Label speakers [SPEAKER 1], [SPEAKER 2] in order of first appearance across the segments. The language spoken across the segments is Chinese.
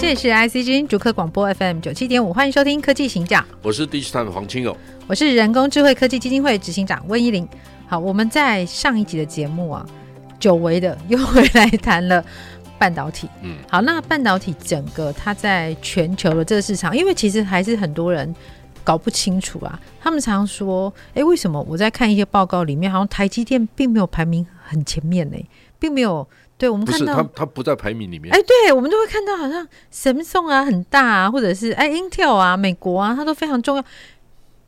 [SPEAKER 1] 这里是 ICG 主客广播 FM 九七点五，欢迎收听科技行脚，
[SPEAKER 2] 我是 Digitime 黄清友，
[SPEAKER 1] 我是人工智慧科技基金会执行长温依玲。好，我们在上一集的节目啊，久违的又回来谈了半导体。
[SPEAKER 2] 嗯，
[SPEAKER 1] 好，那半导体整个它在全球的这个市场，因为其实还是很多人搞不清楚啊。他们常说，诶，为什么我在看一些报告里面，好像台积电并没有排名很前面呢、并没有。对我们
[SPEAKER 2] 不
[SPEAKER 1] 看
[SPEAKER 2] 是
[SPEAKER 1] 到
[SPEAKER 2] 他，他不在排名里面
[SPEAKER 1] 哎、。对，我们都会看到好像 Samsung 啊很大啊，或者是哎 Intel 啊、美国啊，它都非常重要。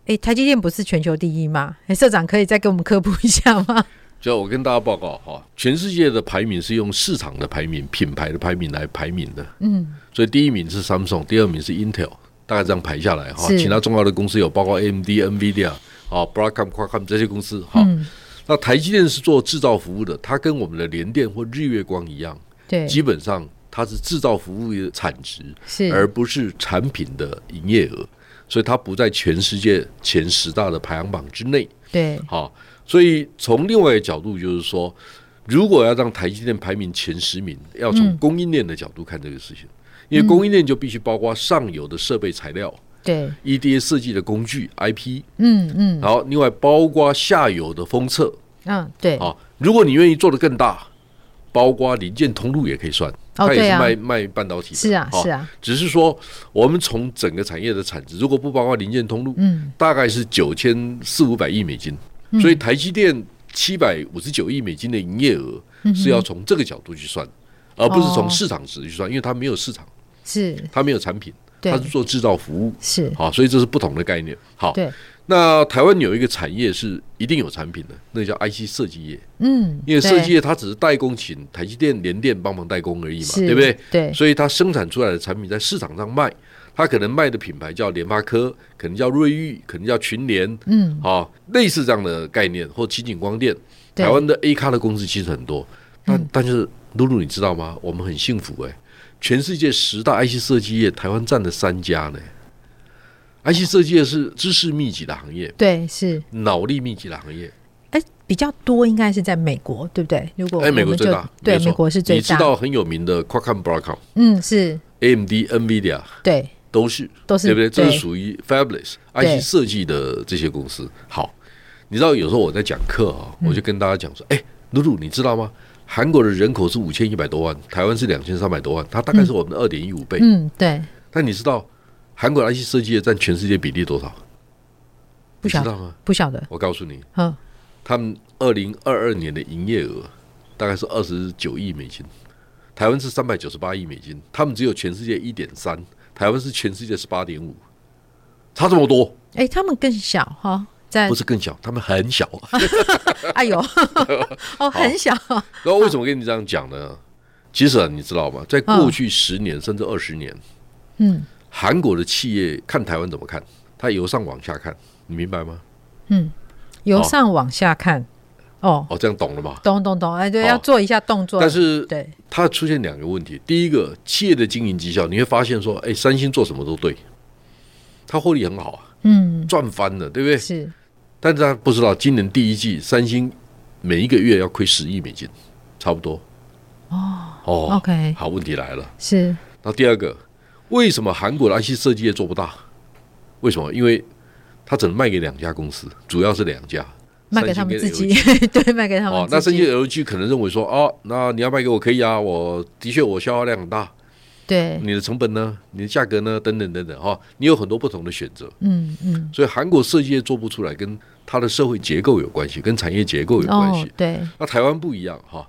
[SPEAKER 1] 哎，台积电不是全球第一吗？哎，社长可以再给我们科普一下吗？
[SPEAKER 2] 就我跟大家报告哈，全世界的排名是用市场的排名、品牌的排名来排名的。
[SPEAKER 1] 嗯，
[SPEAKER 2] 所以第一名是 Samsung，第二名是 Intel，大概这样排下来哈。
[SPEAKER 1] 是
[SPEAKER 2] 其他重要的公司有包括 AMD、NVIDIA 啊、Broadcom、Qualcomm 这些公司哈。
[SPEAKER 1] 嗯
[SPEAKER 2] 那台积电是做制造服务的，它跟我们的联电或日月光一样，
[SPEAKER 1] 对，
[SPEAKER 2] 基本上它是制造服务的产值，而
[SPEAKER 1] 是
[SPEAKER 2] 不是产品的营业额，所以它不在全世界前十大的排行榜之内。
[SPEAKER 1] 对，
[SPEAKER 2] 好，所以从另外一个角度，就是说，如果要让台积电排名前十名，要从
[SPEAKER 1] 嗯
[SPEAKER 2] 供应链的角度看这个事情，因为供应链就必须包括上游的设备材料、
[SPEAKER 1] 对，
[SPEAKER 2] EDA 设计的工具、IP，
[SPEAKER 1] 嗯嗯
[SPEAKER 2] 然后另外包括下游的封测。
[SPEAKER 1] 嗯，对，
[SPEAKER 2] 啊，如果你愿意做得更大，包括零件通路也可以算，它也
[SPEAKER 1] 对
[SPEAKER 2] 是
[SPEAKER 1] 啊
[SPEAKER 2] 卖、卖半导体的。
[SPEAKER 1] 是啊
[SPEAKER 2] 哦
[SPEAKER 1] 是啊，
[SPEAKER 2] 只是说我们从整个产业的产值，如果不包括零件通路，
[SPEAKER 1] 嗯
[SPEAKER 2] 大概是九千四五百亿美金，所以台积电七百五十九亿美金的营业额
[SPEAKER 1] 嗯
[SPEAKER 2] 是要从这个角度去算，而不是从市场值去算，因为它没有市场，
[SPEAKER 1] 是，
[SPEAKER 2] 它没有产品，
[SPEAKER 1] 对
[SPEAKER 2] 它是做制造服务。
[SPEAKER 1] 是，
[SPEAKER 2] 好，所以这是不同的概念。好，
[SPEAKER 1] 对，
[SPEAKER 2] 那台湾有一个产业是一定有产品的，那叫 IC 设计业，
[SPEAKER 1] 嗯，
[SPEAKER 2] 因为设计
[SPEAKER 1] 对
[SPEAKER 2] 业它只是代工，请台积电、联电帮忙代工而已嘛，
[SPEAKER 1] 是
[SPEAKER 2] 对不对？
[SPEAKER 1] 对，
[SPEAKER 2] 所以它生产出来的产品在市场上卖，它可能卖的品牌叫联发科，可能叫瑞昱，可能叫群联，
[SPEAKER 1] 嗯，
[SPEAKER 2] 啊，类似这样的概念，或奇景光电，
[SPEAKER 1] 对嗯
[SPEAKER 2] 台湾的 A 咖的公司其实很多，但、但是露露你知道吗？我们很幸福哎、全世界十大 IC 设计业，台湾占了三家呢。IC 设计业是知识密集的行业，
[SPEAKER 1] 对是，
[SPEAKER 2] 脑力密集的行业。
[SPEAKER 1] 哎，比较多应该是在美国，对不对？如果
[SPEAKER 2] 哎，美
[SPEAKER 1] 我
[SPEAKER 2] 国
[SPEAKER 1] 们
[SPEAKER 2] 最
[SPEAKER 1] 就
[SPEAKER 2] 大，
[SPEAKER 1] 对，
[SPEAKER 2] 没错
[SPEAKER 1] 美国是最
[SPEAKER 2] 你知
[SPEAKER 1] 大，
[SPEAKER 2] 道很有名的 Qualcomm、Broadcom、
[SPEAKER 1] 嗯，是
[SPEAKER 2] AMD、NVIDIA
[SPEAKER 1] 对，
[SPEAKER 2] 都是，
[SPEAKER 1] 都是
[SPEAKER 2] 对不对？这
[SPEAKER 1] 对
[SPEAKER 2] 是属于 Fabless
[SPEAKER 1] 对
[SPEAKER 2] IC 设计的这些公司。好，你知道有时候我在讲课啊，我就
[SPEAKER 1] 嗯
[SPEAKER 2] 跟大家讲说，哎、露露，你知道吗？韩国的人口是五千一百多万，台湾是两千三百多万，它大概是我们的二点一五倍。
[SPEAKER 1] 嗯，对，
[SPEAKER 2] 但你知道韩国的 IC 设计业占全世界比例多少？
[SPEAKER 1] 不晓
[SPEAKER 2] 你知
[SPEAKER 1] 得
[SPEAKER 2] 道吗？
[SPEAKER 1] 不晓得，
[SPEAKER 2] 我告诉你，
[SPEAKER 1] 嗯，
[SPEAKER 2] 他们二零二二年的营业额大概是二十九亿美金，台湾是三百九十八亿美金，他们只有全世界一点三，台湾是全世界十八点五，差这么多。
[SPEAKER 1] 哎，他们更小哈，在
[SPEAKER 2] 不是更小，他们很小。 啊
[SPEAKER 1] 哎呦，哦，很小，
[SPEAKER 2] 然后为什么跟你这样讲呢？其实啊，你知道吗？在过去十年甚至二十年，
[SPEAKER 1] 嗯
[SPEAKER 2] 韩国的企业看台湾怎么看？它由上往下看，你明白吗？
[SPEAKER 1] 嗯，由上往下看，哦，
[SPEAKER 2] 哦，这样懂了吗？
[SPEAKER 1] 懂懂懂，哎，对，
[SPEAKER 2] 哦
[SPEAKER 1] 要做一下动作，
[SPEAKER 2] 但是
[SPEAKER 1] 对，
[SPEAKER 2] 它出现两个问题：第一个，企业的经营绩效，你会发现说，哎，三星做什么都对，它获利很好啊，
[SPEAKER 1] 嗯，
[SPEAKER 2] 赚翻了，对不对？
[SPEAKER 1] 是，
[SPEAKER 2] 但是他不知道，今年第一季三星每一个月要亏十亿美金，差不多。哦
[SPEAKER 1] OK
[SPEAKER 2] 好，问题来了。
[SPEAKER 1] 是，
[SPEAKER 2] 那第二个，为什么韩国的 IC 设计业做不大？为什么？因为它只能卖给两家公司，主要是两家，
[SPEAKER 1] 卖给他
[SPEAKER 2] 三
[SPEAKER 1] 们
[SPEAKER 2] 星
[SPEAKER 1] 自
[SPEAKER 2] 跟
[SPEAKER 1] 己
[SPEAKER 2] LG。，
[SPEAKER 1] 对，卖给他
[SPEAKER 2] 哦
[SPEAKER 1] 们，
[SPEAKER 2] 那
[SPEAKER 1] 自
[SPEAKER 2] 甚至
[SPEAKER 1] 己，
[SPEAKER 2] LG 可能认为说，哦，那你要卖给我可以啊，我的确我消耗量很大，
[SPEAKER 1] 对，
[SPEAKER 2] 你的成本呢，你的价格呢，等等等等，哈、你有很多不同的选择。
[SPEAKER 1] 嗯嗯，
[SPEAKER 2] 所以韩国设计业做不出来，跟它的社会结构有关系，跟产业结构有关系。
[SPEAKER 1] 哦，对，
[SPEAKER 2] 那台湾不一样哈，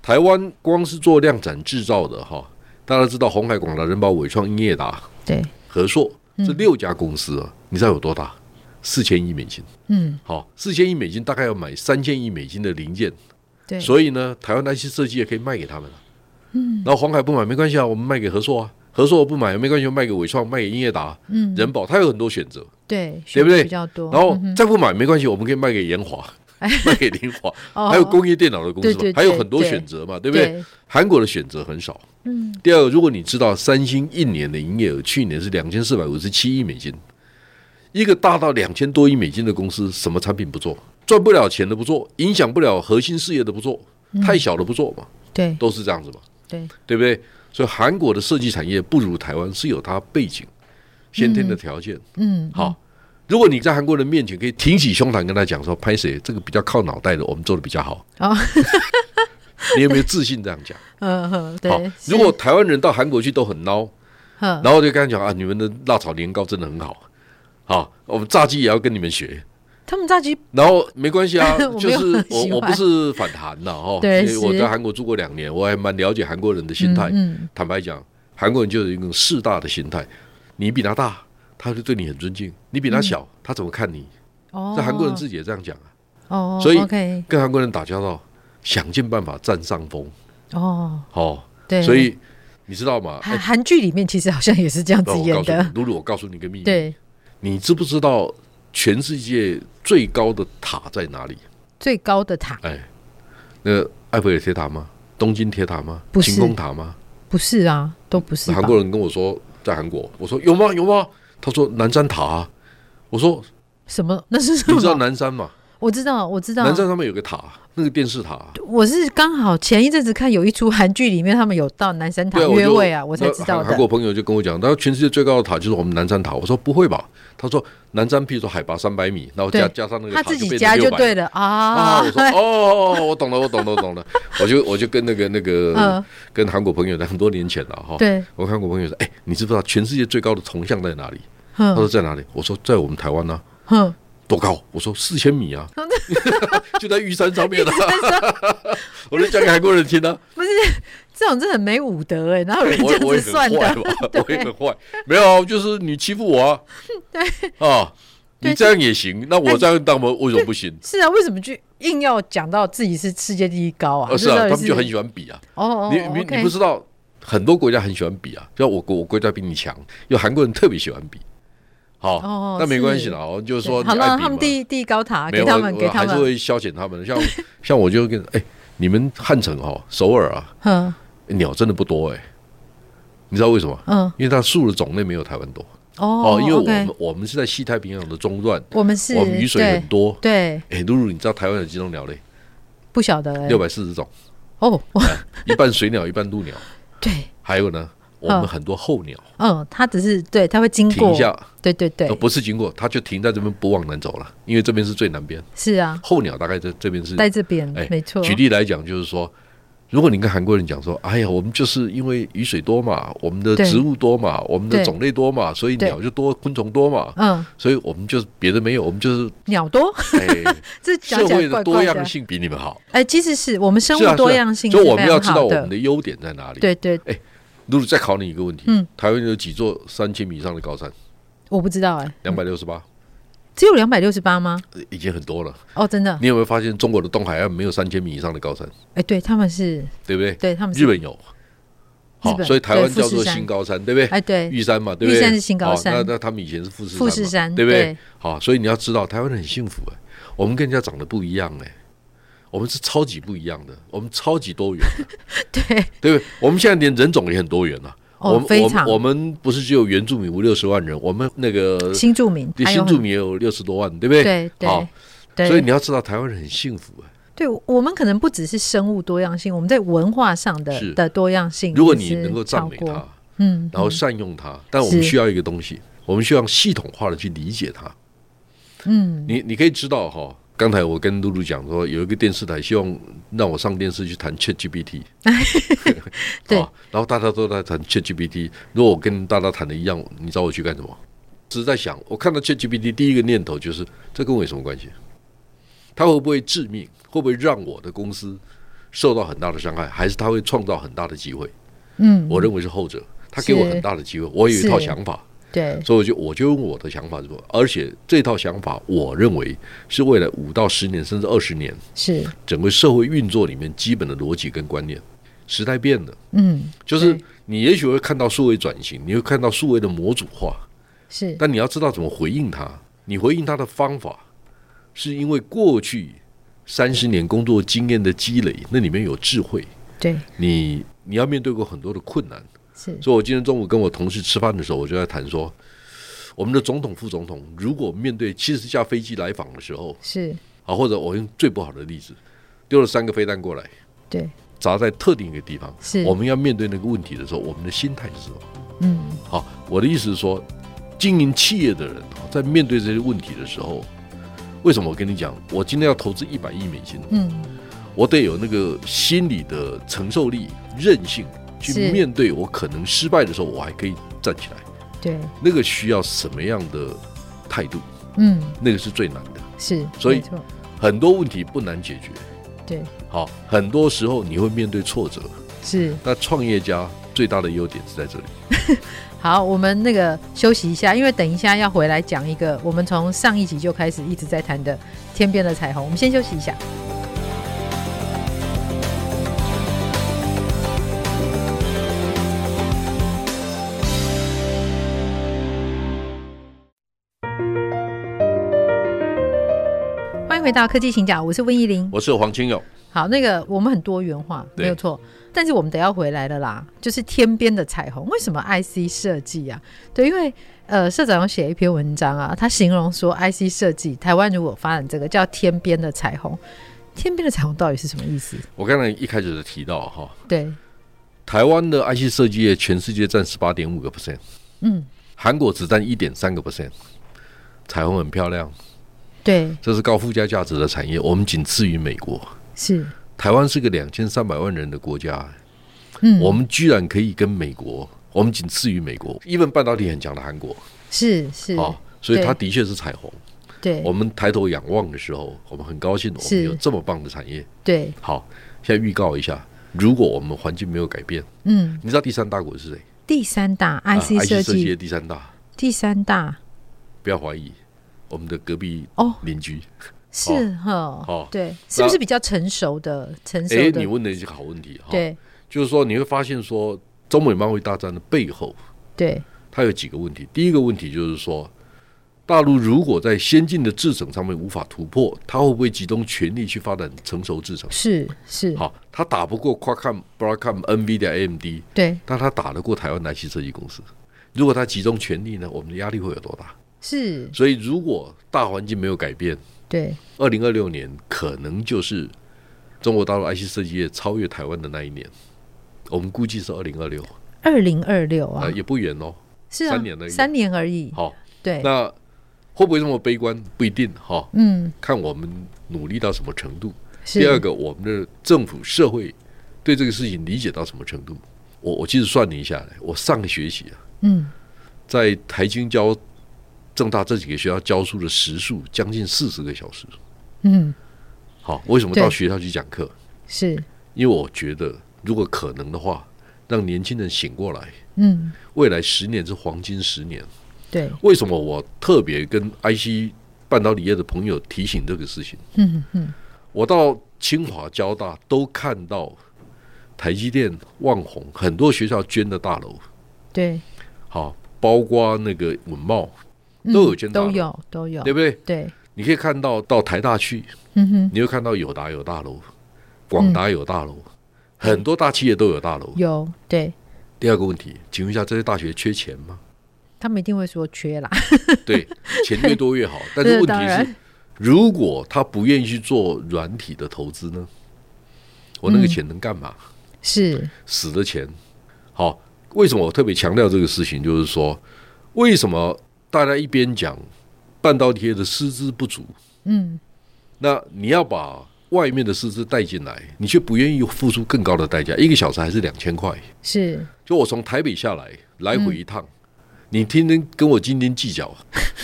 [SPEAKER 2] 台湾光是做量产制造的哈，大家知道红海、广达、人保、伟创、英业达、
[SPEAKER 1] 对，
[SPEAKER 2] 和硕
[SPEAKER 1] 嗯
[SPEAKER 2] 这六家公司啊，你知道有多大？四千亿美金，
[SPEAKER 1] 嗯，
[SPEAKER 2] 好，四千亿美金大概要买三千亿美金的零件，
[SPEAKER 1] 对，
[SPEAKER 2] 所以呢，台湾的 IC 设计也可以卖给他们、嗯，然后黄海不买没关系啊，我们卖给和硕啊，和硕我不买没关系，我卖给伟创，卖给英业达、
[SPEAKER 1] 嗯，
[SPEAKER 2] 人保，它有很多选择。
[SPEAKER 1] 对，
[SPEAKER 2] 对不对哦
[SPEAKER 1] 比较多，
[SPEAKER 2] 然后
[SPEAKER 1] 嗯哼
[SPEAKER 2] 再不买没关系，我们可以卖给 延华，卖给林华，
[SPEAKER 1] 哦
[SPEAKER 2] 还有工业电脑的公司
[SPEAKER 1] 对对
[SPEAKER 2] 嘛，
[SPEAKER 1] 对
[SPEAKER 2] 还有很多选择嘛，对不对？
[SPEAKER 1] 对
[SPEAKER 2] 韩国的选择很少。
[SPEAKER 1] 嗯，
[SPEAKER 2] 第二个，如果你知道三星一年的营业额去年是两千四百五十七亿美金，一个大到两千多亿美金的公司，什么产品不做？赚不了钱的不做，影响不了核心事业的不做，
[SPEAKER 1] 嗯
[SPEAKER 2] 太小的不做嘛，
[SPEAKER 1] 对
[SPEAKER 2] 都是这样子嘛。
[SPEAKER 1] 对
[SPEAKER 2] 对不对？所以韩国的设计产业不如台湾是有它背景、先天的条件。
[SPEAKER 1] 嗯，
[SPEAKER 2] 好，如果你在韩国人面前可以挺起胸膛跟他讲说，拍谁这个比较靠脑袋的，我们做的比较好。
[SPEAKER 1] 哦
[SPEAKER 2] 你有没有自信这样讲？
[SPEAKER 1] 嗯哼，
[SPEAKER 2] 好
[SPEAKER 1] 对，，嗯
[SPEAKER 2] 如果台湾人到韩国去都很孬，
[SPEAKER 1] 然
[SPEAKER 2] 然后就跟他讲啊，你们的辣炒年糕真的很好，好，我们炸鸡也要跟你们学。
[SPEAKER 1] 他们炸鸡
[SPEAKER 2] 然后没关系啊
[SPEAKER 1] 我，
[SPEAKER 2] 就
[SPEAKER 1] 没有
[SPEAKER 2] 是
[SPEAKER 1] 很
[SPEAKER 2] 我
[SPEAKER 1] 喜
[SPEAKER 2] 我不
[SPEAKER 1] 欢
[SPEAKER 2] 是反韩呐哈，
[SPEAKER 1] 对
[SPEAKER 2] 因为我
[SPEAKER 1] 是
[SPEAKER 2] 在韩国住过两年，我还蛮了解韩国人的心态。
[SPEAKER 1] 嗯，嗯
[SPEAKER 2] 坦白讲，韩国人就有一种势大的心态，你比他大，他就对你很尊敬；你比他小，他怎么看你？
[SPEAKER 1] 嗯哦，
[SPEAKER 2] 这韩国人自己也这样讲啊。
[SPEAKER 1] 哦，
[SPEAKER 2] 所以
[SPEAKER 1] OK，
[SPEAKER 2] 跟韩国人打交道，想尽办法占上风
[SPEAKER 1] 哦，
[SPEAKER 2] 哦。
[SPEAKER 1] 对，
[SPEAKER 2] 所以你知道吗？哎
[SPEAKER 1] 韩韩剧里面其实好像也是这样 子
[SPEAKER 2] 那我
[SPEAKER 1] 演
[SPEAKER 2] 告诉你
[SPEAKER 1] 的，，
[SPEAKER 2] 露露，我告诉你一个秘 密，
[SPEAKER 1] 对，
[SPEAKER 2] 你知不知道全世界最高的塔在哪里？
[SPEAKER 1] 最高的塔
[SPEAKER 2] 哎，那个埃菲尔铁塔吗？东京铁塔吗？
[SPEAKER 1] 不是
[SPEAKER 2] 晴空塔吗？
[SPEAKER 1] 不是啊，都不是吧
[SPEAKER 2] 韩国人跟我说在韩国，我说有吗？有吗？他说南山塔、啊，我说
[SPEAKER 1] 什么？那是什
[SPEAKER 2] 你知道
[SPEAKER 1] 么？
[SPEAKER 2] 南山嘛？
[SPEAKER 1] 我知道，我知道
[SPEAKER 2] 南，山上面有个塔，那个电视塔。啊
[SPEAKER 1] 我是刚好前一阵子看有一出韩剧，里面他们有到南山塔
[SPEAKER 2] 对啊，
[SPEAKER 1] 约
[SPEAKER 2] 就
[SPEAKER 1] 会啊，我才知道的
[SPEAKER 2] 韩韩。国朋友就跟我讲，他说全世界最高的塔就是我们南山塔。我说不会吧？他说南山，譬如说海拔三百米，然后加
[SPEAKER 1] 对
[SPEAKER 2] 加上那个
[SPEAKER 1] 他
[SPEAKER 2] 塔
[SPEAKER 1] 自
[SPEAKER 2] 就
[SPEAKER 1] 己
[SPEAKER 2] 变
[SPEAKER 1] 加
[SPEAKER 2] 成
[SPEAKER 1] 就
[SPEAKER 2] 六
[SPEAKER 1] 对
[SPEAKER 2] 百。
[SPEAKER 1] 了
[SPEAKER 2] 啊！
[SPEAKER 1] 啊
[SPEAKER 2] 我，说哦，我懂了，我懂了，我懂了。 我就我就跟那个那
[SPEAKER 1] 嗯
[SPEAKER 2] 个跟韩国朋友，很多年前了哈。
[SPEAKER 1] 对，
[SPEAKER 2] 我跟韩国朋友说，哎，你知不知道全世界最高的铜像在哪里？他说
[SPEAKER 1] 哼
[SPEAKER 2] 在哪啊里？我说在我们台湾呢。啊
[SPEAKER 1] 哼，
[SPEAKER 2] 多高？我说四 千米啊，就在玉山上面啊。 我就讲给韩国人听 啊，
[SPEAKER 1] 这种真的很没武德哎，哪有人这
[SPEAKER 2] 我
[SPEAKER 1] 样
[SPEAKER 2] 我
[SPEAKER 1] 子
[SPEAKER 2] 也
[SPEAKER 1] 算
[SPEAKER 2] 很坏
[SPEAKER 1] 的？
[SPEAKER 2] 吧，我也很坏，没有啊，就是你欺负 我啊，对啊，你
[SPEAKER 1] 对
[SPEAKER 2] 这样也行，那
[SPEAKER 1] 那
[SPEAKER 2] 我
[SPEAKER 1] 你
[SPEAKER 2] 这样当我为什么 不行？
[SPEAKER 1] 是啊，为什么就硬要讲到自己是世界第一高啊？
[SPEAKER 2] 啊，是啊，
[SPEAKER 1] 这到底
[SPEAKER 2] 他们就很喜欢比啊，
[SPEAKER 1] 哦哦，
[SPEAKER 2] 你
[SPEAKER 1] 哦
[SPEAKER 2] 你你
[SPEAKER 1] OK
[SPEAKER 2] 不知道，很多国家很喜欢比啊，就像我国我国家比你强，有韩国人特别喜欢比，
[SPEAKER 1] 哦
[SPEAKER 2] 好，那没关系
[SPEAKER 1] 是
[SPEAKER 2] 啦，哦就是
[SPEAKER 1] 对
[SPEAKER 2] 说你
[SPEAKER 1] 好
[SPEAKER 2] 爱
[SPEAKER 1] 了，
[SPEAKER 2] 比
[SPEAKER 1] 他
[SPEAKER 2] 嘛
[SPEAKER 1] 们，第一第一高塔
[SPEAKER 2] 没
[SPEAKER 1] 给
[SPEAKER 2] 有，
[SPEAKER 1] 他
[SPEAKER 2] 我
[SPEAKER 1] 们
[SPEAKER 2] 我
[SPEAKER 1] 给他
[SPEAKER 2] 还是
[SPEAKER 1] 们，
[SPEAKER 2] 会消遣他们的，像 像我就跟哎，你们汉城哦，首尔啊，
[SPEAKER 1] 哼
[SPEAKER 2] 鸟真的不多哎，你知道为什么？
[SPEAKER 1] 嗯
[SPEAKER 2] 因为它树的种类没有台湾多。
[SPEAKER 1] 哦
[SPEAKER 2] 哦，因为我
[SPEAKER 1] OK
[SPEAKER 2] 们我们是在西太平洋的中段，
[SPEAKER 1] 我们是
[SPEAKER 2] 我们雨水很多。
[SPEAKER 1] 对对
[SPEAKER 2] 哎，露露，你知道台湾有几种鸟类？
[SPEAKER 1] 不晓得哎
[SPEAKER 2] 六百哎四十种，
[SPEAKER 1] 哦哇
[SPEAKER 2] 一半水鸟，一半鹭鸟。
[SPEAKER 1] 对
[SPEAKER 2] 还有呢，我们很多候鸟，
[SPEAKER 1] 嗯，他只是对他会经
[SPEAKER 2] 停
[SPEAKER 1] 过
[SPEAKER 2] 一下，
[SPEAKER 1] 对对对
[SPEAKER 2] 呃，不是经过，它就停在这边不往南走了，因为这边是最南边。
[SPEAKER 1] 是啊，
[SPEAKER 2] 候鸟大概在这边是。
[SPEAKER 1] 在这边
[SPEAKER 2] 哎
[SPEAKER 1] 没错，
[SPEAKER 2] 举例来讲，就是说，如果你跟韩国人讲说，哎呀，我们就是因为雨水多嘛，我们的
[SPEAKER 1] 对
[SPEAKER 2] 植物多嘛，我们的
[SPEAKER 1] 对
[SPEAKER 2] 种类多嘛，所以
[SPEAKER 1] 对
[SPEAKER 2] 鸟就多，昆虫多嘛，
[SPEAKER 1] 嗯，
[SPEAKER 2] 所以我们就是别的没有，我们就是
[SPEAKER 1] 鸟多，
[SPEAKER 2] 哎，
[SPEAKER 1] 这讲
[SPEAKER 2] 社
[SPEAKER 1] 起
[SPEAKER 2] 会
[SPEAKER 1] 来
[SPEAKER 2] 的
[SPEAKER 1] 怪
[SPEAKER 2] 多
[SPEAKER 1] 怪
[SPEAKER 2] 样
[SPEAKER 1] 的。
[SPEAKER 2] 性比你们好。
[SPEAKER 1] 哎，其实是我们生
[SPEAKER 2] 是
[SPEAKER 1] 物
[SPEAKER 2] 啊是
[SPEAKER 1] 多
[SPEAKER 2] 啊
[SPEAKER 1] 样性是
[SPEAKER 2] 所以我
[SPEAKER 1] 非
[SPEAKER 2] 们要
[SPEAKER 1] 常
[SPEAKER 2] 知道
[SPEAKER 1] 好
[SPEAKER 2] 我
[SPEAKER 1] 的
[SPEAKER 2] 们的，优点在哪里。，
[SPEAKER 1] 对对，
[SPEAKER 2] 如果再考你一个问题，
[SPEAKER 1] 嗯
[SPEAKER 2] 台湾有几座三千米以上的高山？
[SPEAKER 1] 我不知道哎，
[SPEAKER 2] 两百六十八，
[SPEAKER 1] 只有两百六十八吗？
[SPEAKER 2] 呃已经很多了。
[SPEAKER 1] 哦，真的，
[SPEAKER 2] 你有没有发现中国的东海岸没有三千米以上的高山？
[SPEAKER 1] 哎，对他们是，
[SPEAKER 2] 对不对？
[SPEAKER 1] 对他们嗯是
[SPEAKER 2] 日本有，好，
[SPEAKER 1] 本
[SPEAKER 2] 所以台湾
[SPEAKER 1] 对富
[SPEAKER 2] 叫
[SPEAKER 1] 士
[SPEAKER 2] 做
[SPEAKER 1] 山
[SPEAKER 2] 新高山，对不对？
[SPEAKER 1] 哎对，
[SPEAKER 2] 玉山嘛，对不对？
[SPEAKER 1] 玉山是新高山
[SPEAKER 2] 好那那他们以前是富士山嘛，
[SPEAKER 1] 富士山
[SPEAKER 2] 对不对
[SPEAKER 1] 对？
[SPEAKER 2] 好，所以你要知道，台湾人很幸福哎、我们跟人家长得不一样哎、我们是超级不一样的，我们超级多元的，
[SPEAKER 1] 对
[SPEAKER 2] 对不对？我们现在连人种也很多元了、
[SPEAKER 1] 哦
[SPEAKER 2] 我们
[SPEAKER 1] 非
[SPEAKER 2] 我
[SPEAKER 1] 常
[SPEAKER 2] 们我们不是只有原住民五六十万人，我们那个
[SPEAKER 1] 新住民，还有
[SPEAKER 2] 新
[SPEAKER 1] 很
[SPEAKER 2] 住民也有六十多万，对不对？
[SPEAKER 1] 对对
[SPEAKER 2] 好，
[SPEAKER 1] 对，
[SPEAKER 2] 所以你要知道台湾人很幸福、啊。
[SPEAKER 1] 对我们可能不只是生物多样性，我们在文化上的
[SPEAKER 2] 是
[SPEAKER 1] 的多样性，
[SPEAKER 2] 如果你能够赞美
[SPEAKER 1] 超
[SPEAKER 2] 它
[SPEAKER 1] 过，，嗯，
[SPEAKER 2] 然后善用它，但我们
[SPEAKER 1] 是
[SPEAKER 2] 需要一个东西，我们需要系统化的去理解它。
[SPEAKER 1] 嗯，
[SPEAKER 2] 你你可以知道哈、刚才我跟露露讲说，有一个电视台希望让我上电视去谈 ChatGPT，
[SPEAKER 1] 对
[SPEAKER 2] 啊然后大家都在谈 ChatGPT，如果我跟大家谈的一样，你找我去干什么？只是在想，我看到 ChatGPT 第一个念头就是，这跟我有什么关系？它会不会致命？会不会让我的公司受到很大的伤害？还是它会创造很大的机会？
[SPEAKER 1] 嗯，
[SPEAKER 2] 我认为是后者，它给我
[SPEAKER 1] 是
[SPEAKER 2] 很大的机会，我有一套
[SPEAKER 1] 是
[SPEAKER 2] 想法，
[SPEAKER 1] 对，
[SPEAKER 2] 所以我就我就用我的想法是什么，而且这套想法我认为是未来五到十年甚至二十年
[SPEAKER 1] 是，
[SPEAKER 2] 整个社会运作里面基本的逻辑跟观念。时代变了，
[SPEAKER 1] 嗯，
[SPEAKER 2] 就是
[SPEAKER 1] 对
[SPEAKER 2] 你也许会看到数位转型，你会看到数位的模组化，
[SPEAKER 1] 是，
[SPEAKER 2] 但你要知道怎么回应它。你回应它的方法，是因为过去三十年工作经验的积累，那里面有智慧。
[SPEAKER 1] 对，
[SPEAKER 2] 你你要面对过很多的困难，
[SPEAKER 1] 是，
[SPEAKER 2] 所以我今天中午跟我同事吃饭的时候，我就在谈说，我们的总统、副总统如果面对七十架飞机来访的时候，
[SPEAKER 1] 是，
[SPEAKER 2] 啊，或者我用最不好的例子，丢了三个飞弹过来，
[SPEAKER 1] 对，
[SPEAKER 2] 砸在特定一个地方，
[SPEAKER 1] 是
[SPEAKER 2] 我们要面对那个问题的时候，我们的心态是什么？
[SPEAKER 1] 嗯，
[SPEAKER 2] 好，我的意思是说，经营企业的人啊在面对这些问题的时候，为什么我跟你讲，我今天要投资一百亿美金，
[SPEAKER 1] 嗯，
[SPEAKER 2] 我得有那个心理的承受力、韧性，去
[SPEAKER 1] 是
[SPEAKER 2] 面对我可能失败的时候，我还可以站起来。
[SPEAKER 1] 对，
[SPEAKER 2] 那个需要什么样的态度？
[SPEAKER 1] 嗯，
[SPEAKER 2] 那个是最难的。
[SPEAKER 1] 是，
[SPEAKER 2] 所以
[SPEAKER 1] 没错，
[SPEAKER 2] 很多问题不难解决，
[SPEAKER 1] 对，
[SPEAKER 2] 好，很多时候你会面对挫折。
[SPEAKER 1] 是。
[SPEAKER 2] 那创业家最大的优点是在这里。
[SPEAKER 1] 好，我们那个休息一下，因为等一下要回来讲一个我们从上一集就开始一直在谈的天边的彩虹，我们先休息一下。欢迎回到科技行脚，我是温怡玲。
[SPEAKER 2] 我是黄清勇，
[SPEAKER 1] 好，那个我们很多元化，
[SPEAKER 2] 对
[SPEAKER 1] 没有错。但是我们得要回来了啦，就是天边的彩虹。为什么 IC 设计啊？对，因为呃，社长有写一篇文章啊，他形容说 IC 设计台湾如果发展这个叫天边的彩虹，天边的彩虹到底是什么意思？
[SPEAKER 2] 我刚才一开始就提到哈，
[SPEAKER 1] 对，
[SPEAKER 2] 台湾的 IC 设计业全世界占十八点五个 percent，
[SPEAKER 1] 嗯，
[SPEAKER 2] 韩国只占一点三个 percent。彩虹很漂亮，
[SPEAKER 1] 对，
[SPEAKER 2] 这是高附加价值的产业，我们仅次于美国。
[SPEAKER 1] 是，
[SPEAKER 2] 台湾是个两千三百万人的国家，
[SPEAKER 1] 嗯，
[SPEAKER 2] 我们居然可以跟美国，我们仅次于美国。一 n 半导体很强的韩国
[SPEAKER 1] 是是，
[SPEAKER 2] 啊，所以
[SPEAKER 1] 对
[SPEAKER 2] 它的确是彩虹。
[SPEAKER 1] 对
[SPEAKER 2] 我们抬头仰望的时候，我们很高兴，我
[SPEAKER 1] 是
[SPEAKER 2] 们有这么棒的产业。
[SPEAKER 1] 对，
[SPEAKER 2] 好，现在预告一下，如果我们环境没有改变，
[SPEAKER 1] 嗯，
[SPEAKER 2] 你知道第三大国是谁
[SPEAKER 1] 第三大
[SPEAKER 2] 啊
[SPEAKER 1] IC 设
[SPEAKER 2] 设计
[SPEAKER 1] 计，
[SPEAKER 2] 的第三大，
[SPEAKER 1] 第三大
[SPEAKER 2] 不要怀疑，我们的隔壁
[SPEAKER 1] 哦
[SPEAKER 2] 邻居。
[SPEAKER 1] 是哈，
[SPEAKER 2] 哦
[SPEAKER 1] 对，是不是比较成熟的成熟
[SPEAKER 2] 哎，
[SPEAKER 1] 的
[SPEAKER 2] 你？问的一个好问题哈，
[SPEAKER 1] 对
[SPEAKER 2] 就是说你会发现说，中美贸易大战的背后，
[SPEAKER 1] 对
[SPEAKER 2] 它有几个问题。第一个问题就是说，大陆如果在先进的制程上面无法突破，它会不会集中全力去发展成熟制程？
[SPEAKER 1] 是是，
[SPEAKER 2] 好，它打不过 Qualcomm、Broadcom、NVIDIA、AMD，
[SPEAKER 1] 对
[SPEAKER 2] 但它打得过台湾的 IC 设计公司。如果它集中全力呢，我们的压力会有多大？
[SPEAKER 1] 是，
[SPEAKER 2] 所以，如果大环境没有改变，
[SPEAKER 1] 对，
[SPEAKER 2] 二零二六年可能就是中国大陆 IC 设计业超越台湾的那一年。我们估计是二零二六，
[SPEAKER 1] 二零二六啊
[SPEAKER 2] 啊，，也不远哦。
[SPEAKER 1] 是啊，
[SPEAKER 2] 三年而已
[SPEAKER 1] 三年而已，
[SPEAKER 2] 好，
[SPEAKER 1] 对，
[SPEAKER 2] 那会不会这么悲观？不一定哈、
[SPEAKER 1] 嗯，
[SPEAKER 2] 看我们努力到什么程度。
[SPEAKER 1] 是
[SPEAKER 2] 第二个，我们的政府社会对这个事情理解到什么程度？我我其实算了一下来，我上个学期啊，
[SPEAKER 1] 嗯，
[SPEAKER 2] 在台经教、正大这几个学校教书的时数将近四十个小时。
[SPEAKER 1] 嗯，
[SPEAKER 2] 好，为什么
[SPEAKER 1] 对
[SPEAKER 2] 到学校去讲课？
[SPEAKER 1] 是，
[SPEAKER 2] 因为我觉得，如果可能的话，让年轻人醒过来，
[SPEAKER 1] 嗯，
[SPEAKER 2] 未来十年是黄金十年。
[SPEAKER 1] 对，
[SPEAKER 2] 为什么我特别跟 IC 半导体业的朋友提醒这个事情？
[SPEAKER 1] 嗯嗯，
[SPEAKER 2] 我到清华、交大都看到台积电、万宏很多学校捐的大楼，
[SPEAKER 1] 对，
[SPEAKER 2] 好，包括那个文茂都有捐大楼，
[SPEAKER 1] 嗯都有都有，
[SPEAKER 2] 对不对？
[SPEAKER 1] 对，
[SPEAKER 2] 你可以看到到台大去，
[SPEAKER 1] 嗯嗯哼，
[SPEAKER 2] 你会看到友达有大楼，广达有大楼，很多大企业都有大楼。
[SPEAKER 1] 有，对
[SPEAKER 2] 第二个问题，请问一下，这些大学缺钱吗？
[SPEAKER 1] 他们一定会说缺啦，
[SPEAKER 2] 对，钱越多越好，但
[SPEAKER 1] 这
[SPEAKER 2] 是问
[SPEAKER 1] 当
[SPEAKER 2] 题
[SPEAKER 1] 然
[SPEAKER 2] 是，如果他不愿意去做软体的投资呢？我那个
[SPEAKER 1] 嗯
[SPEAKER 2] 钱能干嘛？
[SPEAKER 1] 是，
[SPEAKER 2] 死的钱。好，为什么我特别强调这个事情？就是说，为什么大家一边讲半导体业的师资不足，
[SPEAKER 1] 嗯，
[SPEAKER 2] 那你要把外面的师资带进来，你却不愿意付出更高的代价，一个小时还是两千块？
[SPEAKER 1] 是，
[SPEAKER 2] 就我从台北下来，来回一趟。你天天跟我斤斤计较，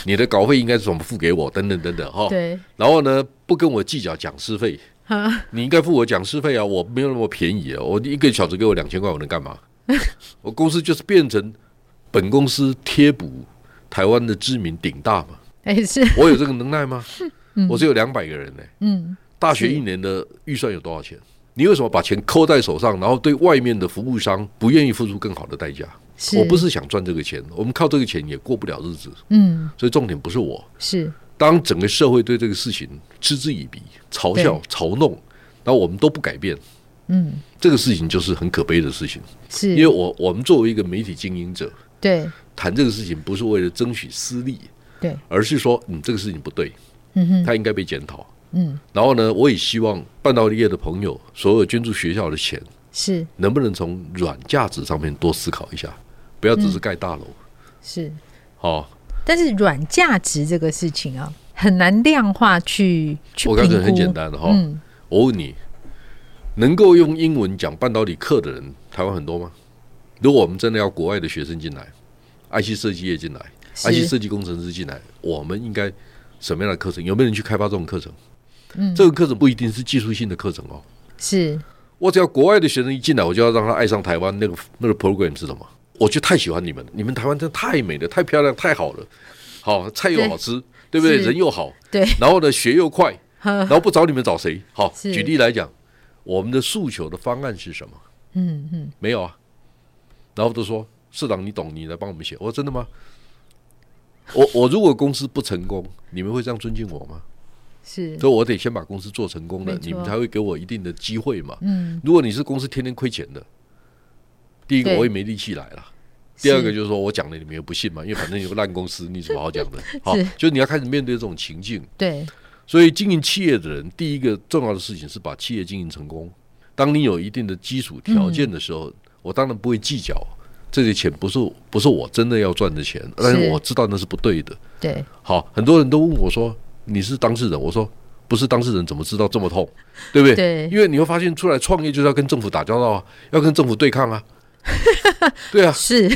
[SPEAKER 2] 你的稿费应该是怎么付给我？等等等等，哈。
[SPEAKER 1] 对，
[SPEAKER 2] 然后呢，不跟我计较讲师费，
[SPEAKER 1] 哈，
[SPEAKER 2] 你应该付我讲师费啊，我没有那么便宜啊，我一个小时 给我两千块，我能干嘛？我公司就是变成本公司贴补台湾的知名顶大嘛，
[SPEAKER 1] 哎、是，
[SPEAKER 2] 我有这个能耐吗？我只有两百个人呢、
[SPEAKER 1] 嗯，
[SPEAKER 2] 大学一年的预算有多少钱？你为什么把钱扣在手上，然后对外面的服务商不愿意付出更好的代价？
[SPEAKER 1] 是，
[SPEAKER 2] 我不，是想赚这个钱，我们靠这个钱也过不了日子，
[SPEAKER 1] 嗯，
[SPEAKER 2] 所以重点不是我。
[SPEAKER 1] 是，
[SPEAKER 2] 当整个社会对这个事情嗤之以鼻、嘲笑、嘲弄，然后我们都不改变，
[SPEAKER 1] 嗯，
[SPEAKER 2] 这个事情就是很可悲的事情。
[SPEAKER 1] 是，
[SPEAKER 2] 因为我我们作为一个媒体经营者，
[SPEAKER 1] 对，
[SPEAKER 2] 谈这个事情不是为了争取私利，
[SPEAKER 1] 对，
[SPEAKER 2] 而是说，嗯，这个事情不对，
[SPEAKER 1] 嗯哼，
[SPEAKER 2] 它应该被检讨。
[SPEAKER 1] 嗯，
[SPEAKER 2] 然后呢，我也希望半导体业的朋友，所有捐助学校的钱，
[SPEAKER 1] 是，
[SPEAKER 2] 能不能从软价值上面多思考一下，不要
[SPEAKER 1] 嗯
[SPEAKER 2] 只是盖大楼。
[SPEAKER 1] 是，
[SPEAKER 2] 哦，
[SPEAKER 1] 但是软价值这个事情啊，很难量化去去
[SPEAKER 2] 我
[SPEAKER 1] 评
[SPEAKER 2] 刚才
[SPEAKER 1] 估。
[SPEAKER 2] 很简单的哈、
[SPEAKER 1] 嗯，
[SPEAKER 2] 我问你，能够用英文讲半导体课的人，台湾很多吗？如果我们真的要国外的学生进来，IC 设计业进来
[SPEAKER 1] 是
[SPEAKER 2] ，IC 设计工程师进来，我们应该什么样的课程？有没有人去开发这种课程？
[SPEAKER 1] 嗯
[SPEAKER 2] 这个课程不一定是技术性的课程哦。
[SPEAKER 1] 是，
[SPEAKER 2] 我只要国外的学生一进来，我就要让他爱上台湾那个那个 program 是什么？我就太喜欢你们了，你们台湾真的太美了，太漂亮，太好了，好菜又好吃，对不对？
[SPEAKER 1] 是
[SPEAKER 2] 人又好，
[SPEAKER 1] 对，
[SPEAKER 2] 然后呢学又快，
[SPEAKER 1] 呵
[SPEAKER 2] 然后不找你们找谁？好，
[SPEAKER 1] 是
[SPEAKER 2] 举例来讲，我们的诉求的方案是什么？
[SPEAKER 1] 嗯嗯，
[SPEAKER 2] 没有啊。然后都说市长你懂，你来帮我们写。我说真的吗？我我如果公司不成功，你们会这样尊敬我吗？
[SPEAKER 1] 是，
[SPEAKER 2] 所以我得先把公司做成功
[SPEAKER 1] 没，
[SPEAKER 2] 了
[SPEAKER 1] 错
[SPEAKER 2] 你们才会给我一定的机会嘛。
[SPEAKER 1] 嗯，
[SPEAKER 2] 如果你是公司天天亏钱的，第一个
[SPEAKER 1] 对
[SPEAKER 2] 我也没力气来了。第二个
[SPEAKER 1] 是
[SPEAKER 2] 就是说我讲了你们也不信嘛，因为反正有个烂公司，你有什么好讲的？好
[SPEAKER 1] 是，
[SPEAKER 2] 就你要开始面对这种情境。
[SPEAKER 1] 对，
[SPEAKER 2] 所以经营企业的人，第一个重要的事情是把企业经营成功。当你有一定的基础
[SPEAKER 1] 嗯
[SPEAKER 2] 条件的时候，我当然不会计较这些钱不是不是我真的要赚的钱，但是我知道那是不对的。
[SPEAKER 1] 对，
[SPEAKER 2] 好，很多人都问我说你是当事人，我说不是当事人怎么知道这么痛，对不对？
[SPEAKER 1] 对
[SPEAKER 2] 因为你会发现出来创业就是要跟政府打交道啊，要跟政府 对抗啊。对啊，
[SPEAKER 1] 是，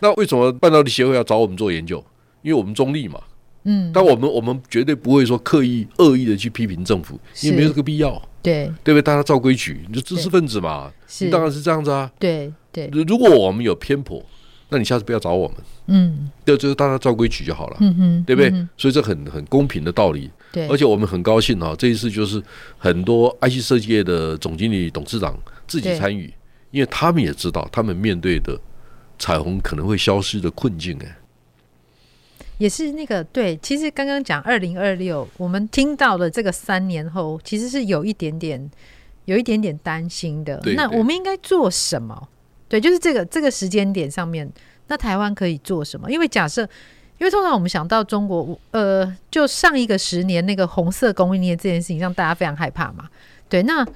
[SPEAKER 2] 那为什么半导体协会要找我们做研究？因为我们中立嘛。
[SPEAKER 1] 嗯，
[SPEAKER 2] 但我们我们绝对不会说刻意恶意的去批评政府，
[SPEAKER 1] 是
[SPEAKER 2] 因为没有这个必要，
[SPEAKER 1] 对，
[SPEAKER 2] 对不对？大家照规矩，你就知识分子嘛，
[SPEAKER 1] 是
[SPEAKER 2] 你，当然是这样子啊。
[SPEAKER 1] 对，对，
[SPEAKER 2] 如如果我们有偏颇，那你下次不要找我们，
[SPEAKER 1] 嗯，
[SPEAKER 2] 对，就是大家照规矩就好了，
[SPEAKER 1] 嗯哼，
[SPEAKER 2] 对不对？
[SPEAKER 1] 嗯哼
[SPEAKER 2] 所以这很很公平的道理，
[SPEAKER 1] 对，
[SPEAKER 2] 而且我们很高兴啊，这一次就是很多 IC 设计业的总经理、董事长自己
[SPEAKER 1] 对
[SPEAKER 2] 参与，因为他们也知道他们面对的彩虹可能会消失的困境、哎，
[SPEAKER 1] 也是那个对，其实刚刚讲二零二六，我们听到的这个三年后，其实是有一点点，有一点点担心的
[SPEAKER 2] 对。
[SPEAKER 1] 那
[SPEAKER 2] 对
[SPEAKER 1] 我们应该做什么？对，就是这个这个时间点上面，那台湾可以做什么？因为假设，因为通常我们想到中国，呃，就上一个十年那个红色供应链这件事情，让大家非常害怕嘛。对，那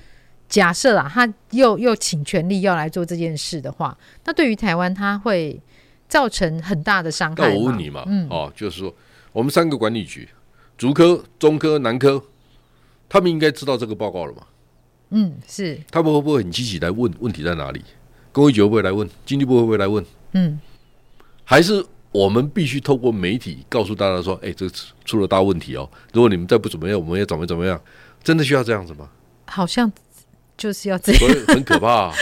[SPEAKER 1] 假设啦，他又又请全力要来做这件事的话，那对于台湾，他会造成很大的伤害吗。
[SPEAKER 2] 那我问你嘛，
[SPEAKER 1] 嗯，
[SPEAKER 2] 哦，就是说我们三个管理局，竹科、中科、南科，他们应该知道这个报告了嘛？
[SPEAKER 1] 嗯，是，
[SPEAKER 2] 他们会不会很积极来问问题在哪里？工业局会不会来问？经济部会不会来问？
[SPEAKER 1] 嗯，
[SPEAKER 2] 还是我们必须透过媒体告诉大家说，哎，这出出了大问题哦！如果你们再不怎么样，我们要怎么怎么样？真的需要这样子吗？
[SPEAKER 1] 好像就是要这样，
[SPEAKER 2] 所以很可怕、 啊。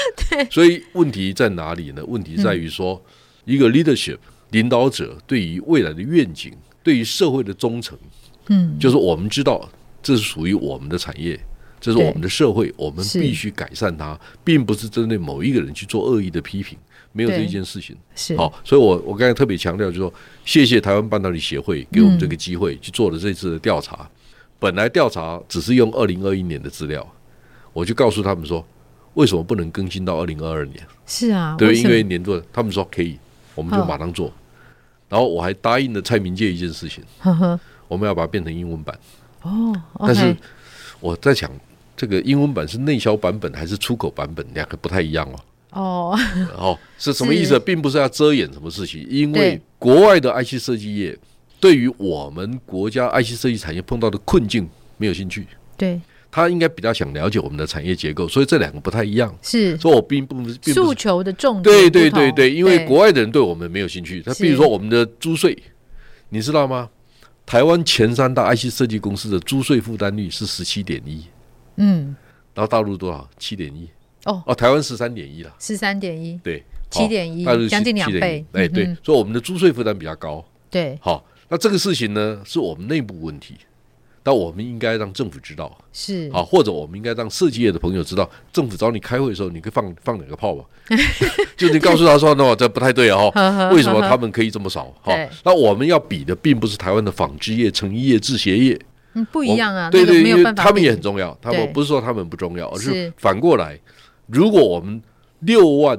[SPEAKER 2] 所以问题在哪里呢？问题在于说，
[SPEAKER 1] 嗯
[SPEAKER 2] 一个 leadership 领导者对于未来的愿景，对于社会的忠诚，
[SPEAKER 1] 嗯，
[SPEAKER 2] 就是我们知道这是属于我们的产业。这是我们的社会，我们
[SPEAKER 1] 是
[SPEAKER 2] 必须改善它，并不是针对某一个人去做恶意的批评，没有这
[SPEAKER 1] 对
[SPEAKER 2] 一件事情。
[SPEAKER 1] 是，
[SPEAKER 2] 好，所以我我刚才特别强调，就是说谢谢台湾半导体协会给我们这个机会去做了这次的调查。本来调查只是用二零二一年的资料，我就告诉他们说，为什么不能更新到二零二二年？
[SPEAKER 1] 是啊，
[SPEAKER 2] 对，
[SPEAKER 1] 什
[SPEAKER 2] 因
[SPEAKER 1] 么哦
[SPEAKER 2] 为年度他们说可以，我们就马上做。然后我还答应了蔡明介一件事情，
[SPEAKER 1] 呵呵，
[SPEAKER 2] 我们要把它变成英文版。
[SPEAKER 1] 哦，
[SPEAKER 2] 但是
[SPEAKER 1] OK，
[SPEAKER 2] 我在想，这个英文版是内销版本还是出口版本，两个不太一样哦。
[SPEAKER 1] 哦，
[SPEAKER 2] 哦，是什么意思？
[SPEAKER 1] 是
[SPEAKER 2] 并不是要遮掩什么事情，因为
[SPEAKER 1] 对
[SPEAKER 2] 国外的 IC 设计业对于我们国家 IC 设计产业碰到的困境没有兴趣，
[SPEAKER 1] 对，
[SPEAKER 2] 他应该比较想了解我们的产业结构，所以这两个不太一样。
[SPEAKER 1] 是
[SPEAKER 2] 所以我并不并不
[SPEAKER 1] 诉
[SPEAKER 2] 是
[SPEAKER 1] 求的重点不
[SPEAKER 2] 对
[SPEAKER 1] 同，
[SPEAKER 2] 对对对，因为国外的人对我们没有兴趣。他
[SPEAKER 1] 是
[SPEAKER 2] 比如说我们的租税，你知道吗？台湾前三大 IC 设计公司的租税负担率是十七点一，
[SPEAKER 1] 嗯，
[SPEAKER 2] 然后大陆多少？七点一
[SPEAKER 1] 哦，
[SPEAKER 2] 哦，台湾十三点一啦。
[SPEAKER 1] 十三点一，
[SPEAKER 2] 对，
[SPEAKER 1] 7.1
[SPEAKER 2] 好大概是
[SPEAKER 1] 将近
[SPEAKER 2] 7.1
[SPEAKER 1] 两倍
[SPEAKER 2] 哎，
[SPEAKER 1] 嗯
[SPEAKER 2] 对
[SPEAKER 1] 哼，
[SPEAKER 2] 所以我们的租税负担比较高，
[SPEAKER 1] 对，
[SPEAKER 2] 好，那这个事情呢，是我们内部问题，但我们应该让政府知道，
[SPEAKER 1] 是，
[SPEAKER 2] 好，或者我们应该让设计业的朋友知道，政府找你开会的时候，你可以放放两个 炮吧，就你告诉他说，那这不太对啊
[SPEAKER 1] 呵呵
[SPEAKER 2] 哈，为什么
[SPEAKER 1] 呵呵
[SPEAKER 2] 他们可以这么少？哈
[SPEAKER 1] 对，
[SPEAKER 2] 那我们要比的并不是台湾的纺织业、成衣业、制鞋业，
[SPEAKER 1] 嗯，不
[SPEAKER 2] 不
[SPEAKER 1] 一样啊，
[SPEAKER 2] 对
[SPEAKER 1] 那个
[SPEAKER 2] 对，
[SPEAKER 1] 没
[SPEAKER 2] 因
[SPEAKER 1] 有
[SPEAKER 2] 为
[SPEAKER 1] 办法比，
[SPEAKER 2] 他们也很重要，他
[SPEAKER 1] 对
[SPEAKER 2] 们不是说他们不重要，而
[SPEAKER 1] 是
[SPEAKER 2] 是反过来，如果我们六万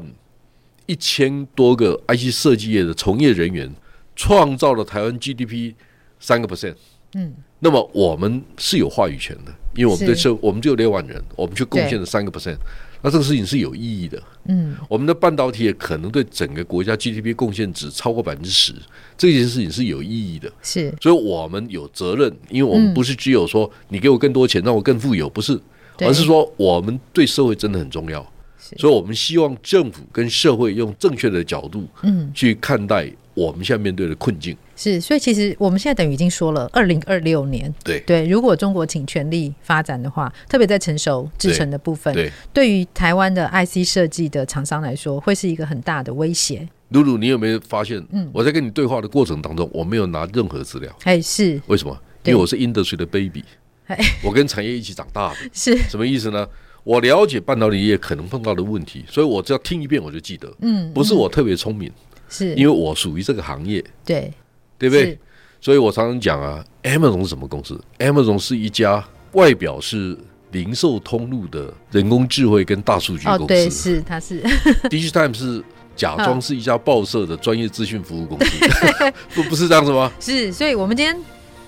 [SPEAKER 2] 一千多个 IC 设计业的从业人员创造了台湾 GDP 三个 percent，
[SPEAKER 1] 嗯，
[SPEAKER 2] 那么我们是有话语权的，因为我们对
[SPEAKER 1] 是
[SPEAKER 2] 社，我们只有六万人，我们去贡
[SPEAKER 1] 对
[SPEAKER 2] 献了三个 percent，那这个事情是有意义的。
[SPEAKER 1] 嗯，
[SPEAKER 2] 我们的半导体也可能对整个国家 GDP 贡献值超过百分之十，这件事情是有意义的。
[SPEAKER 1] 是
[SPEAKER 2] 所以我们有责任，因为我们不是只有说你给我更多钱让我更富有，不是，
[SPEAKER 1] 对
[SPEAKER 2] 而是说我们对社会真的很重要
[SPEAKER 1] 是。
[SPEAKER 2] 所以我们希望政府跟社会用正确的角度，
[SPEAKER 1] 嗯，
[SPEAKER 2] 去看待我们现在面对的困境。
[SPEAKER 1] 是，所以其实我们现在等于已经说了，二零二六年，
[SPEAKER 2] 对
[SPEAKER 1] 对，如果中国请全力发展的话，特别在成熟制成的部分，
[SPEAKER 2] 对，
[SPEAKER 1] 对于台湾的 IC 设计的厂商来说，会是一个很大的威胁。
[SPEAKER 2] 露露，你有没有发现？
[SPEAKER 1] 嗯
[SPEAKER 2] 我在跟你对话的过程当中，我没有拿任何资料，
[SPEAKER 1] 哎，是
[SPEAKER 2] 为什么？
[SPEAKER 1] 对
[SPEAKER 2] 因为我是 industry 的 baby，
[SPEAKER 1] 哎
[SPEAKER 2] 我跟产业一起长大的，
[SPEAKER 1] 是，
[SPEAKER 2] 什么意思呢？我了解半导体业可能碰到的问题，所以我只要听一遍我就记得。
[SPEAKER 1] 嗯，
[SPEAKER 2] 不是我特别聪明，
[SPEAKER 1] 是，
[SPEAKER 2] 因为我属于这个行业，
[SPEAKER 1] 对，
[SPEAKER 2] 对不对
[SPEAKER 1] 是？？
[SPEAKER 2] 所以我常常讲啊，Amazon 是什么公司？Amazon 是一家外表是零售通路的人工智慧跟大数据
[SPEAKER 1] 哦，
[SPEAKER 2] 公
[SPEAKER 1] 对，
[SPEAKER 2] 司、
[SPEAKER 1] 是，嗯它是
[SPEAKER 2] d i g i t i m e 是假装是一家报社的专业资讯服务公司， 不不是这样子吗？
[SPEAKER 1] 是，所以我们今天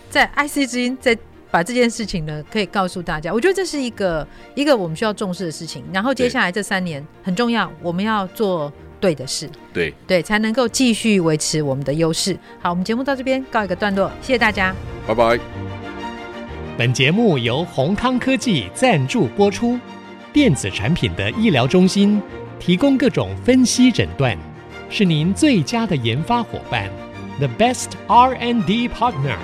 [SPEAKER 1] 在 IC 之音在。把这件事情呢，可以告诉大家，我觉得这是一个一个我们需要重视的事情。然后接
[SPEAKER 2] 对
[SPEAKER 1] 下来这三年很重要，我们要做对的事。
[SPEAKER 2] 对。
[SPEAKER 1] 对，才能够继续维持我们的优势。好，我们节目到这边告一个段落，谢谢大家。
[SPEAKER 2] 拜拜。
[SPEAKER 3] 本节目由宏康科技赞助播出。电子产品的医疗中心提供各种分析诊断，是您最佳的研发伙伴，the best R&D partner。